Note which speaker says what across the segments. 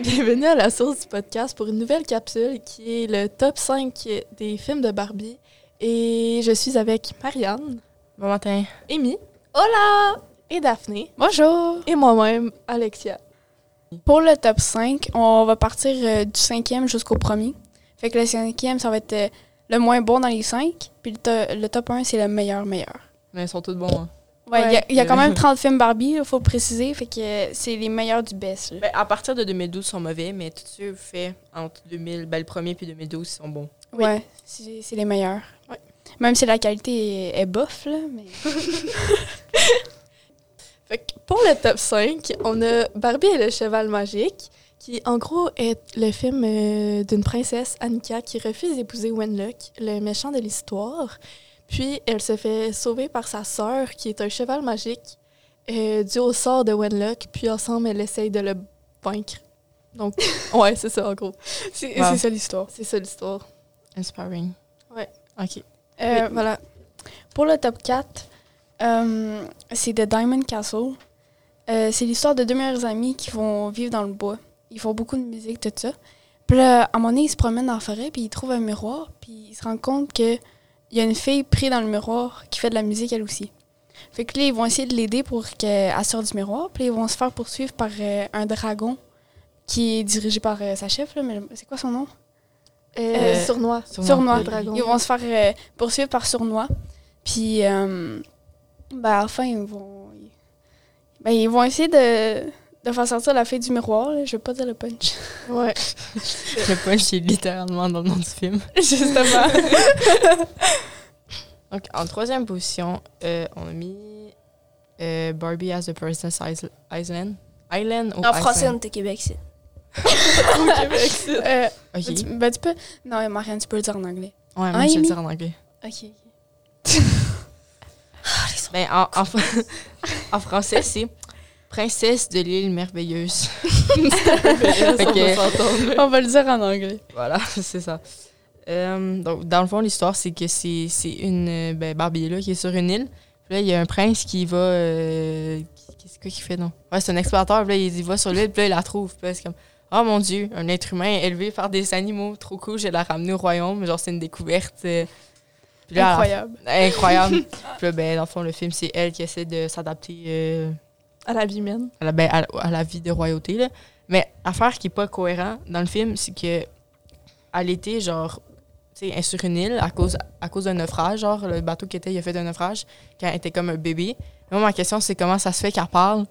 Speaker 1: Bienvenue à la source du podcast pour une nouvelle capsule qui est le top 5 des films de Barbie. Et je suis avec Marianne,
Speaker 2: Bon matin.
Speaker 1: Amy
Speaker 3: Hola!
Speaker 1: et Daphné
Speaker 2: Bonjour!
Speaker 1: et moi-même, Alexia.
Speaker 3: Pour le top 5, on va partir euh, du cinquième jusqu'au premier. Fait que le cinquième, ça va être euh, le moins bon dans les cinq. Puis le, to- le top 1, c'est le meilleur meilleur.
Speaker 2: Mais ils sont tous bons. hein.
Speaker 3: Ouais, il
Speaker 1: Ouais.
Speaker 3: y a- il y, a quand
Speaker 2: Euh.
Speaker 3: même 30 films Barbie, il faut le préciser. Fait que euh, c'est les meilleurs du best. là.
Speaker 2: Ben, à partir de 2012, ils sont mauvais, mais tous ceux faits entre 2000, ben, le premier puis 2012, ils sont bons.
Speaker 1: Oui.
Speaker 3: Ouais, c'est c'est les meilleurs.
Speaker 1: Ouais.
Speaker 3: Même si la qualité est, est bof, là. Mais...
Speaker 1: Fait que pour le top 5, on a Barbie et le cheval magique, qui en gros est le film euh, d'une princesse, Annika, qui refuse d'épouser Wenlock, le méchant de l'histoire. Puis elle se fait sauver par sa sœur, qui est un cheval magique, euh, dû au sort de Wenlock, puis ensemble, elle essaye de le vaincre. Donc, ouais, c'est ça en gros.
Speaker 3: c'est
Speaker 2: Wow.
Speaker 3: c'est ça l'histoire.
Speaker 1: C'est ça l'histoire.
Speaker 2: Inspiring.
Speaker 1: Ouais.
Speaker 2: OK.
Speaker 3: Euh,
Speaker 1: Oui, voilà.
Speaker 3: Pour le top 4, euh, c'est The Diamond Castle. Euh, c'est l'histoire de deux meilleurs amis qui vont vivre dans le bois. Ils font beaucoup de musique, tout ça. Puis là, à un moment donné, ils se promènent dans la forêt, puis ils trouvent un miroir, puis ils se rendent compte qu'il y a une fille prise dans le miroir qui fait de la musique elle aussi. Fait que là, ils vont essayer de l'aider pour qu'elle sorte du miroir, puis là, ils vont se faire poursuivre par euh, un dragon qui est dirigé par euh, sa chef, là, mais c'est quoi son nom?
Speaker 1: Euh,
Speaker 3: Euh,
Speaker 1: Sournois.
Speaker 3: Sournois.
Speaker 1: Le dragon.
Speaker 3: Ils vont se faire euh, poursuivre par Sournois. Puis, euh, ben, à la fin, ils vont, ils- ben, ils vont essayer de, de faire sortir la fille du miroir. là. Je vais pas dire le punch.
Speaker 1: Ouais.
Speaker 2: Le punch, c'est littéralement dans le nom du film.
Speaker 3: Justement.
Speaker 2: Donc, en troisième position, euh, on a mis euh, Barbie as the Princess Is- Island. Island ou
Speaker 4: En français, on
Speaker 2: Island?
Speaker 4: est au Québec, c'est.
Speaker 3: Euh,
Speaker 2: OK.
Speaker 3: tu, ben, tu peux. Non, mais Marianne, tu peux le dire en anglais.
Speaker 2: Ouais, mais je vais le
Speaker 3: Amy.
Speaker 2: dire en anglais.
Speaker 3: Ok. Ah,
Speaker 2: Ben, en, en, fr- en français, c'est Princesse de l'île merveilleuse.
Speaker 1: Fait
Speaker 2: que-
Speaker 3: On va le dire en anglais.
Speaker 2: Voilà, c'est ça. Euh, donc, dans le fond, l'histoire, c'est que c'est c'est une euh, ben, Barbie là, qui est sur une île. Puis là, il y a un prince qui va. euh, qui- Qu'est-ce qu'il fait, non? Ouais, c'est un explorateur. Puis là, il, il va sur l'île, puis là, il la trouve. Puis là, c'est comme. Oh mon Dieu, un être humain élevé par des animaux. Trop cool, je vais la ramener au royaume. Genre, c'est une découverte. euh. Puis là, à la
Speaker 3: Incroyable.
Speaker 2: Incroyable. Puis là, ben, dans le fond, le film, c'est elle qui essaie de s'adapter euh,
Speaker 1: À la vie humaine.
Speaker 2: à, la, ben, à, la- à la vie de royauté. Là. Mais affaire qui n'est pas cohérent dans le film, c'est que à l'été, genre, tu sais, elle est sur une île à cause, à cause d'un naufrage. Genre, le bateau qui était, il a fait un naufrage quand elle était comme un bébé. Mais moi, ma question, c'est comment ça se fait qu'elle parle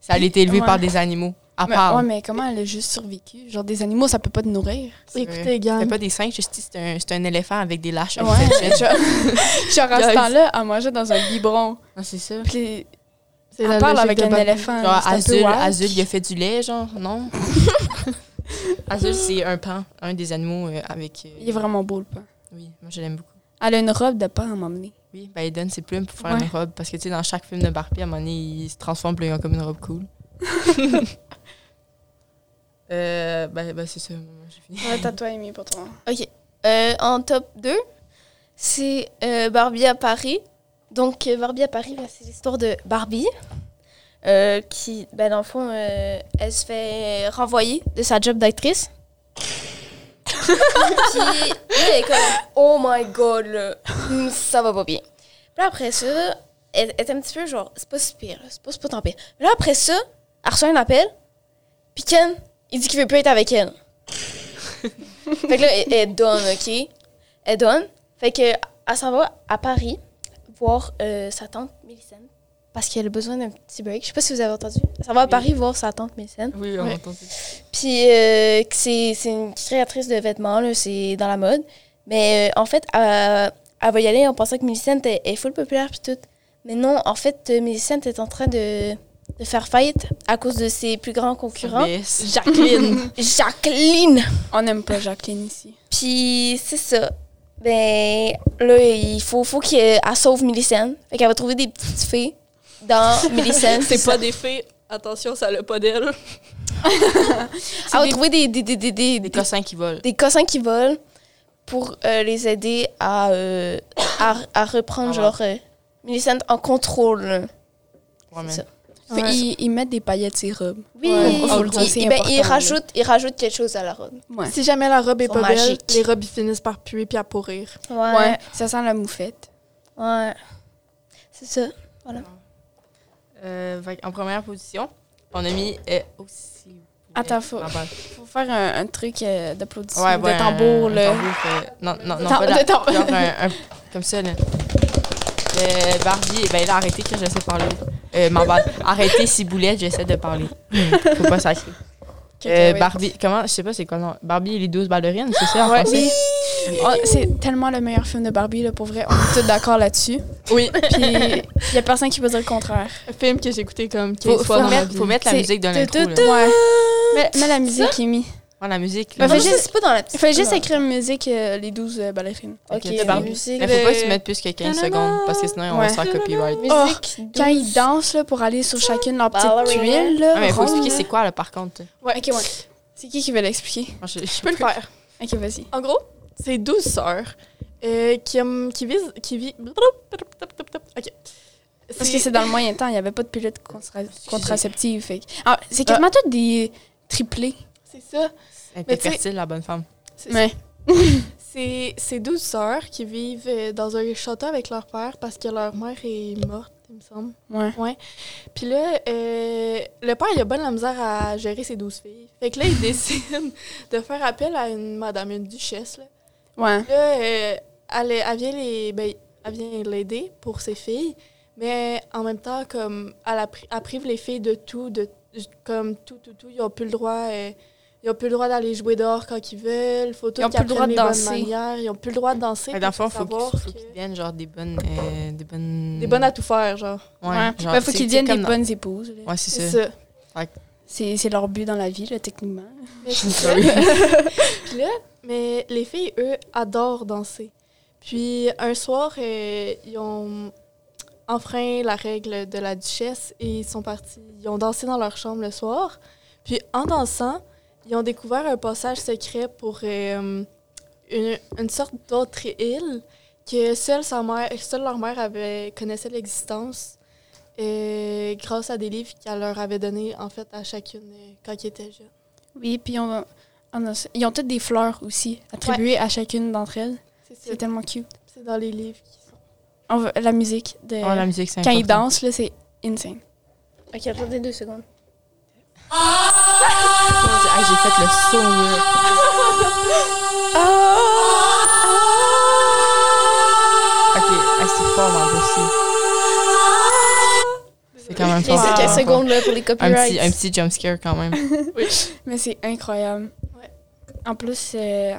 Speaker 2: si elle a été élevée
Speaker 3: Ouais.
Speaker 2: par des animaux? Elle
Speaker 3: Mais, ouais,
Speaker 2: parle.
Speaker 3: mais comment elle a juste survécu? Genre, des animaux, ça peut pas te nourrir.
Speaker 2: C'est vrai.
Speaker 1: Écoutez, gang.
Speaker 2: C'était pas des singes, juste c'était un, c'était un éléphant avec des lâches.
Speaker 3: euh, Ouais. genre, genre, à ce temps-là, elle mangeait dans un biberon.
Speaker 2: Non, Ah, c'est ça.
Speaker 3: Puis,
Speaker 1: C'est la
Speaker 3: elle parle
Speaker 1: logique
Speaker 3: avec
Speaker 1: de
Speaker 3: un
Speaker 1: Barbie.
Speaker 3: éléphant.
Speaker 2: Genre,
Speaker 3: c'est un peu
Speaker 2: Azul,
Speaker 3: wack.
Speaker 2: Azul, il a fait du lait, genre, non? Azul, c'est un pan, un des animaux euh, avec. euh,
Speaker 3: Il est vraiment beau, le pain.
Speaker 2: Oui, moi je l'aime beaucoup.
Speaker 3: Elle a une robe de pain à m'emmener.
Speaker 2: Oui, ben il donne ses plumes pour faire
Speaker 3: Ouais.
Speaker 2: une robe. Parce que tu sais, dans chaque film de Barbie, à un moment donné, il se transforme puis il a comme une robe cool. euh, ben, ben c'est ça, maman, j'ai fini.
Speaker 3: Ouais, t'as toi aimé pour toi.
Speaker 4: Ok. Euh, en top 2, c'est euh, Barbie à Paris. Donc, euh, Barbie à Paris, ben, c'est l'histoire de Barbie, euh, qui, ben, dans le fond, euh, elle se fait renvoyer de sa job d'actrice. Puis, elle est comme, oh my god, là, hmm, ça va pas bien. Puis après ça, elle elle est un petit peu genre, c'est pas si pire, là, c'est pas, c'est pas tant pire. Mais là, après ça, elle reçoit un appel, puis Ken, il dit qu'il veut plus être avec elle. Fait que là, elle, elle donne, OK? Elle donne. Fait que elle s'en va à Paris voir euh, sa tante Mélissane. Parce qu'elle a besoin d'un petit break. Je sais pas si vous avez entendu. Elle s'en va à
Speaker 2: Oui.
Speaker 4: Paris voir sa tante Mélissane.
Speaker 2: Oui, on
Speaker 1: Ouais.
Speaker 2: entend tout.
Speaker 4: Puis euh, que c'est c'est une créatrice de vêtements, là, c'est dans la mode. Mais euh, en fait, euh, elle va y aller en pensant que Mélissane est, est full populaire puis tout. Mais non, en fait, euh, Mélissane est en train de, de faire fight à cause de ses plus grands concurrents.
Speaker 2: BS.
Speaker 4: Jacqueline. Jacqueline!
Speaker 3: On n'aime pas Jacqueline ici.
Speaker 4: Puis c'est ça. Ben là, il faut, faut qu'elle elle sauve Millicent. Fait qu'elle va trouver des petites fées dans Millicent.
Speaker 1: C'est pas des fées. Attention, ça l'a pas d'elle.
Speaker 3: Ah,
Speaker 4: Elle va trouver des, des, des, des,
Speaker 2: Des
Speaker 4: des, des,
Speaker 2: cossins qui volent.
Speaker 4: des cossins qui volent pour euh, les aider à, euh, à, à reprendre
Speaker 2: Ah ouais.
Speaker 4: genre euh, Millicent en contrôle.
Speaker 2: Ouais,
Speaker 4: C'est
Speaker 2: man.
Speaker 4: ça.
Speaker 3: Fait, Ils, ils mettent des paillettes sur euh, les robes.
Speaker 4: Oui,
Speaker 1: Ouais.
Speaker 4: il-
Speaker 3: Faut le dire, c'est
Speaker 4: il, ben,
Speaker 3: important,
Speaker 4: il
Speaker 3: là.
Speaker 4: rajoute, il rajoute quelque chose à la robe.
Speaker 3: Ouais.
Speaker 1: Si jamais la robe est
Speaker 4: Sont
Speaker 1: pas belle,
Speaker 4: magiques.
Speaker 1: les robes ils finissent par puer puis à pourrir.
Speaker 4: Ouais.
Speaker 3: Ouais, ça sent la moufette.
Speaker 4: Ouais. C'est ça.
Speaker 2: Euh, fait en première position, on a mis euh, aussi.
Speaker 3: Attends, faut-
Speaker 2: Ah, bah.
Speaker 3: Faut faire un, un truc euh, d'applaudissement,
Speaker 2: Ouais, ouais,
Speaker 3: de tambour,
Speaker 2: un- un
Speaker 3: là.
Speaker 2: tambour, euh, non, non, non,
Speaker 3: Tam-
Speaker 2: pas là.
Speaker 3: de tambour.
Speaker 2: Genre un- un- comme ça, là. Euh, Barbie, ben là, arrêtez que j'essaie de parler. Euh, m'en va- Arrêtez, ciboulette, j'essaie de parler. Faut pas sacrer. Euh,
Speaker 3: Cacahuète.
Speaker 2: Barbie, comment, je sais pas c'est quoi le nom. Barbie et les douze ballerines, c'est ça en
Speaker 3: Ouais,
Speaker 2: français?
Speaker 3: oui. Oh, c'est tellement le meilleur film de Barbie, là, pour vrai. On est tous d'accord là-dessus.
Speaker 1: Oui.
Speaker 3: Puis, il y a personne qui peut dire le contraire.
Speaker 1: Un film que j'ai écouté comme 15
Speaker 2: Faut,
Speaker 1: fois
Speaker 2: faut,
Speaker 1: dans ma
Speaker 2: mettre,
Speaker 1: vie.
Speaker 2: faut mettre la
Speaker 3: C'est-
Speaker 2: musique dans l'intro. là.
Speaker 3: Ouais. Mets, mets la musique, Amy.
Speaker 2: Ouais, la musique. là.
Speaker 3: Bah,
Speaker 4: Moi,
Speaker 3: fais
Speaker 4: je
Speaker 3: juste-
Speaker 4: sais pas dans la petite.
Speaker 3: Fais juste écrire musique, euh, les 12 euh, ballerines.
Speaker 4: Ok,
Speaker 2: de Barbie.
Speaker 4: musique.
Speaker 2: Mais faut pas
Speaker 1: le-
Speaker 2: que tu mettes plus que 15
Speaker 1: Nanana.
Speaker 2: secondes parce que sinon on va
Speaker 3: Ouais.
Speaker 2: se faire copyright.
Speaker 3: Oh,
Speaker 4: Musique.
Speaker 3: Quand ils dansent, là, pour aller sur chacune leur petite
Speaker 4: Ballerina.
Speaker 3: tuile, là,
Speaker 2: Ah, mais faut
Speaker 3: ronde,
Speaker 2: expliquer
Speaker 3: là.
Speaker 2: c'est quoi là par contre.
Speaker 3: Ouais, ok, ouais. C'est qui qui veut l'expliquer?
Speaker 2: Moi, Je, je
Speaker 1: Je peux le faire.
Speaker 3: Ok, vas-y.
Speaker 1: En gros, c'est 12 sœurs euh, qui, aiment- qui visent. Qui vivent. Ok.
Speaker 3: Parce que c'est dans le moyen temps, il n'y avait pas de pilule contra- contraceptive. fait que- Ah, c'est quasiment toutes des triplés.
Speaker 1: C'est ça.
Speaker 2: Elle était
Speaker 1: tu sais-
Speaker 2: fertile, la bonne femme.
Speaker 1: C'est
Speaker 3: Mais
Speaker 1: C'est c'est 12 sœurs qui vivent euh, dans un château avec leur père parce que leur mère est morte, il me semble.
Speaker 3: ouais.
Speaker 1: Puis là, euh, le père, il a bonne la misère à gérer ses 12 filles. Fait que là, il décide de faire appel à une madame, une duchesse. Là,
Speaker 3: Ouais.
Speaker 1: Là, euh, elle, elle vient les, ben, elle vient l'aider pour ses filles, mais en même temps, comme, elle, a pri- elle prive les filles de tout, de, comme tout, tout, tout. Ils n'ont plus le droit... euh, ils ont plus le droit d'aller jouer dehors quand ils veulent. Faut tout
Speaker 3: Ils ont
Speaker 1: qu'ils
Speaker 3: plus le droit
Speaker 1: apprennent
Speaker 3: de
Speaker 1: les bonnes
Speaker 3: danser.
Speaker 1: manières. Ils n'ont plus le droit de danser.
Speaker 2: Ouais, dans le
Speaker 1: puis
Speaker 2: fond,
Speaker 1: faut
Speaker 2: faut qu'ils
Speaker 1: savoir
Speaker 2: faut
Speaker 1: que-
Speaker 2: qu'ils deviennent genre des bonnes. euh, des bonnes.
Speaker 1: Des bonnes à tout faire, genre.
Speaker 2: Ouais,
Speaker 3: Ouais.
Speaker 2: genre,
Speaker 3: Ben,
Speaker 2: c'est-
Speaker 3: faut qu'ils
Speaker 2: c'est
Speaker 3: deviennent des
Speaker 2: comme dans-
Speaker 3: bonnes épouses. là.
Speaker 2: Ouais, c'est
Speaker 1: C'est
Speaker 2: ça.
Speaker 1: ça.
Speaker 3: C'est c'est leur but dans la vie, là, techniquement.
Speaker 1: Mais c'est ça. Puis là, mais les filles, eux, adorent danser. Puis un soir, euh, ils ont enfreint la règle de la duchesse et ils sont partis. Ils ont dansé dans leur chambre le soir. Puis en dansant, ils ont découvert un passage secret pour euh, une, une sorte d'autre île que seule, sa mère, seule leur mère avait, connaissait l'existence euh, grâce à des livres qu'elle leur avait donnés en fait à chacune euh, quand ils étaient jeunes.
Speaker 3: Oui, puis on a- on a- ils ont toutes des fleurs aussi, attribuées à chacune d'entre elles.
Speaker 1: C'est ça.
Speaker 3: C'est tellement cute.
Speaker 1: C'est dans les livres qui sont.
Speaker 3: On va- la musique de
Speaker 2: Ouais, la musique, c'est
Speaker 3: quand ils
Speaker 2: important.
Speaker 3: dansent, là, c'est insane.
Speaker 4: Ok, attendez deux secondes.
Speaker 2: Ah, j'ai fait le son. là. Ah! Ok, ah, c'est fort, ma aussi. C'est quand même
Speaker 4: Les
Speaker 2: fort. c'est quand même fort.
Speaker 4: secondes là pour les
Speaker 2: Ah. Un
Speaker 4: copyrights.
Speaker 2: petit, un petit jumpscare quand même.
Speaker 3: Mais c'est incroyable.
Speaker 1: Ouais.
Speaker 3: En plus, euh,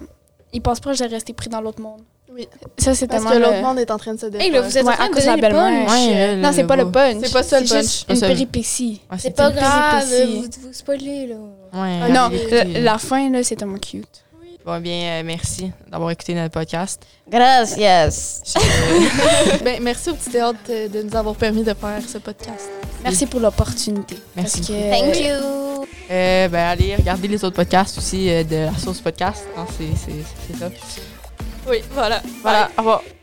Speaker 3: ils pensent pas que j'ai resté pris dans l'autre monde.
Speaker 1: Oui,
Speaker 3: Ça, c'est
Speaker 1: parce
Speaker 3: tellement. euh,
Speaker 1: que l'autre
Speaker 3: le-
Speaker 1: monde est en train de se défaire.
Speaker 4: Hey, là, vous êtes
Speaker 3: Ouais,
Speaker 4: en
Speaker 3: à
Speaker 4: train de
Speaker 3: cause de la
Speaker 4: donner le
Speaker 3: belle-mère.
Speaker 4: punch.
Speaker 2: Ouais,
Speaker 3: Non, c'est pas le punch.
Speaker 1: C'est pas ça, le punch.
Speaker 3: juste
Speaker 2: Pas
Speaker 3: une
Speaker 2: ça, le-
Speaker 3: péripétie.
Speaker 2: Ouais,
Speaker 4: C'est pas
Speaker 3: une
Speaker 4: grave,
Speaker 3: péripétie.
Speaker 4: vous vous spoilez là.
Speaker 2: Ouais,
Speaker 1: Ah,
Speaker 3: non,
Speaker 2: j'ai
Speaker 3: la,
Speaker 2: écouté.
Speaker 3: la fin, là, c'est tellement cute.
Speaker 2: Bon, bien, euh, merci d'avoir écouté notre podcast. euh,
Speaker 4: Gracias.
Speaker 1: Ben, merci au petit théâtre euh, de nous avoir permis de faire ce podcast.
Speaker 3: Merci pour l'opportunité.
Speaker 2: Merci
Speaker 3: Parce que-
Speaker 4: Thank you.
Speaker 2: Euh, ben, allez regarder les autres podcasts aussi euh, de la sauce podcast. Hein, c'est c'est- c'est ça.
Speaker 1: Oui, voilà.
Speaker 2: Voilà, au revoir.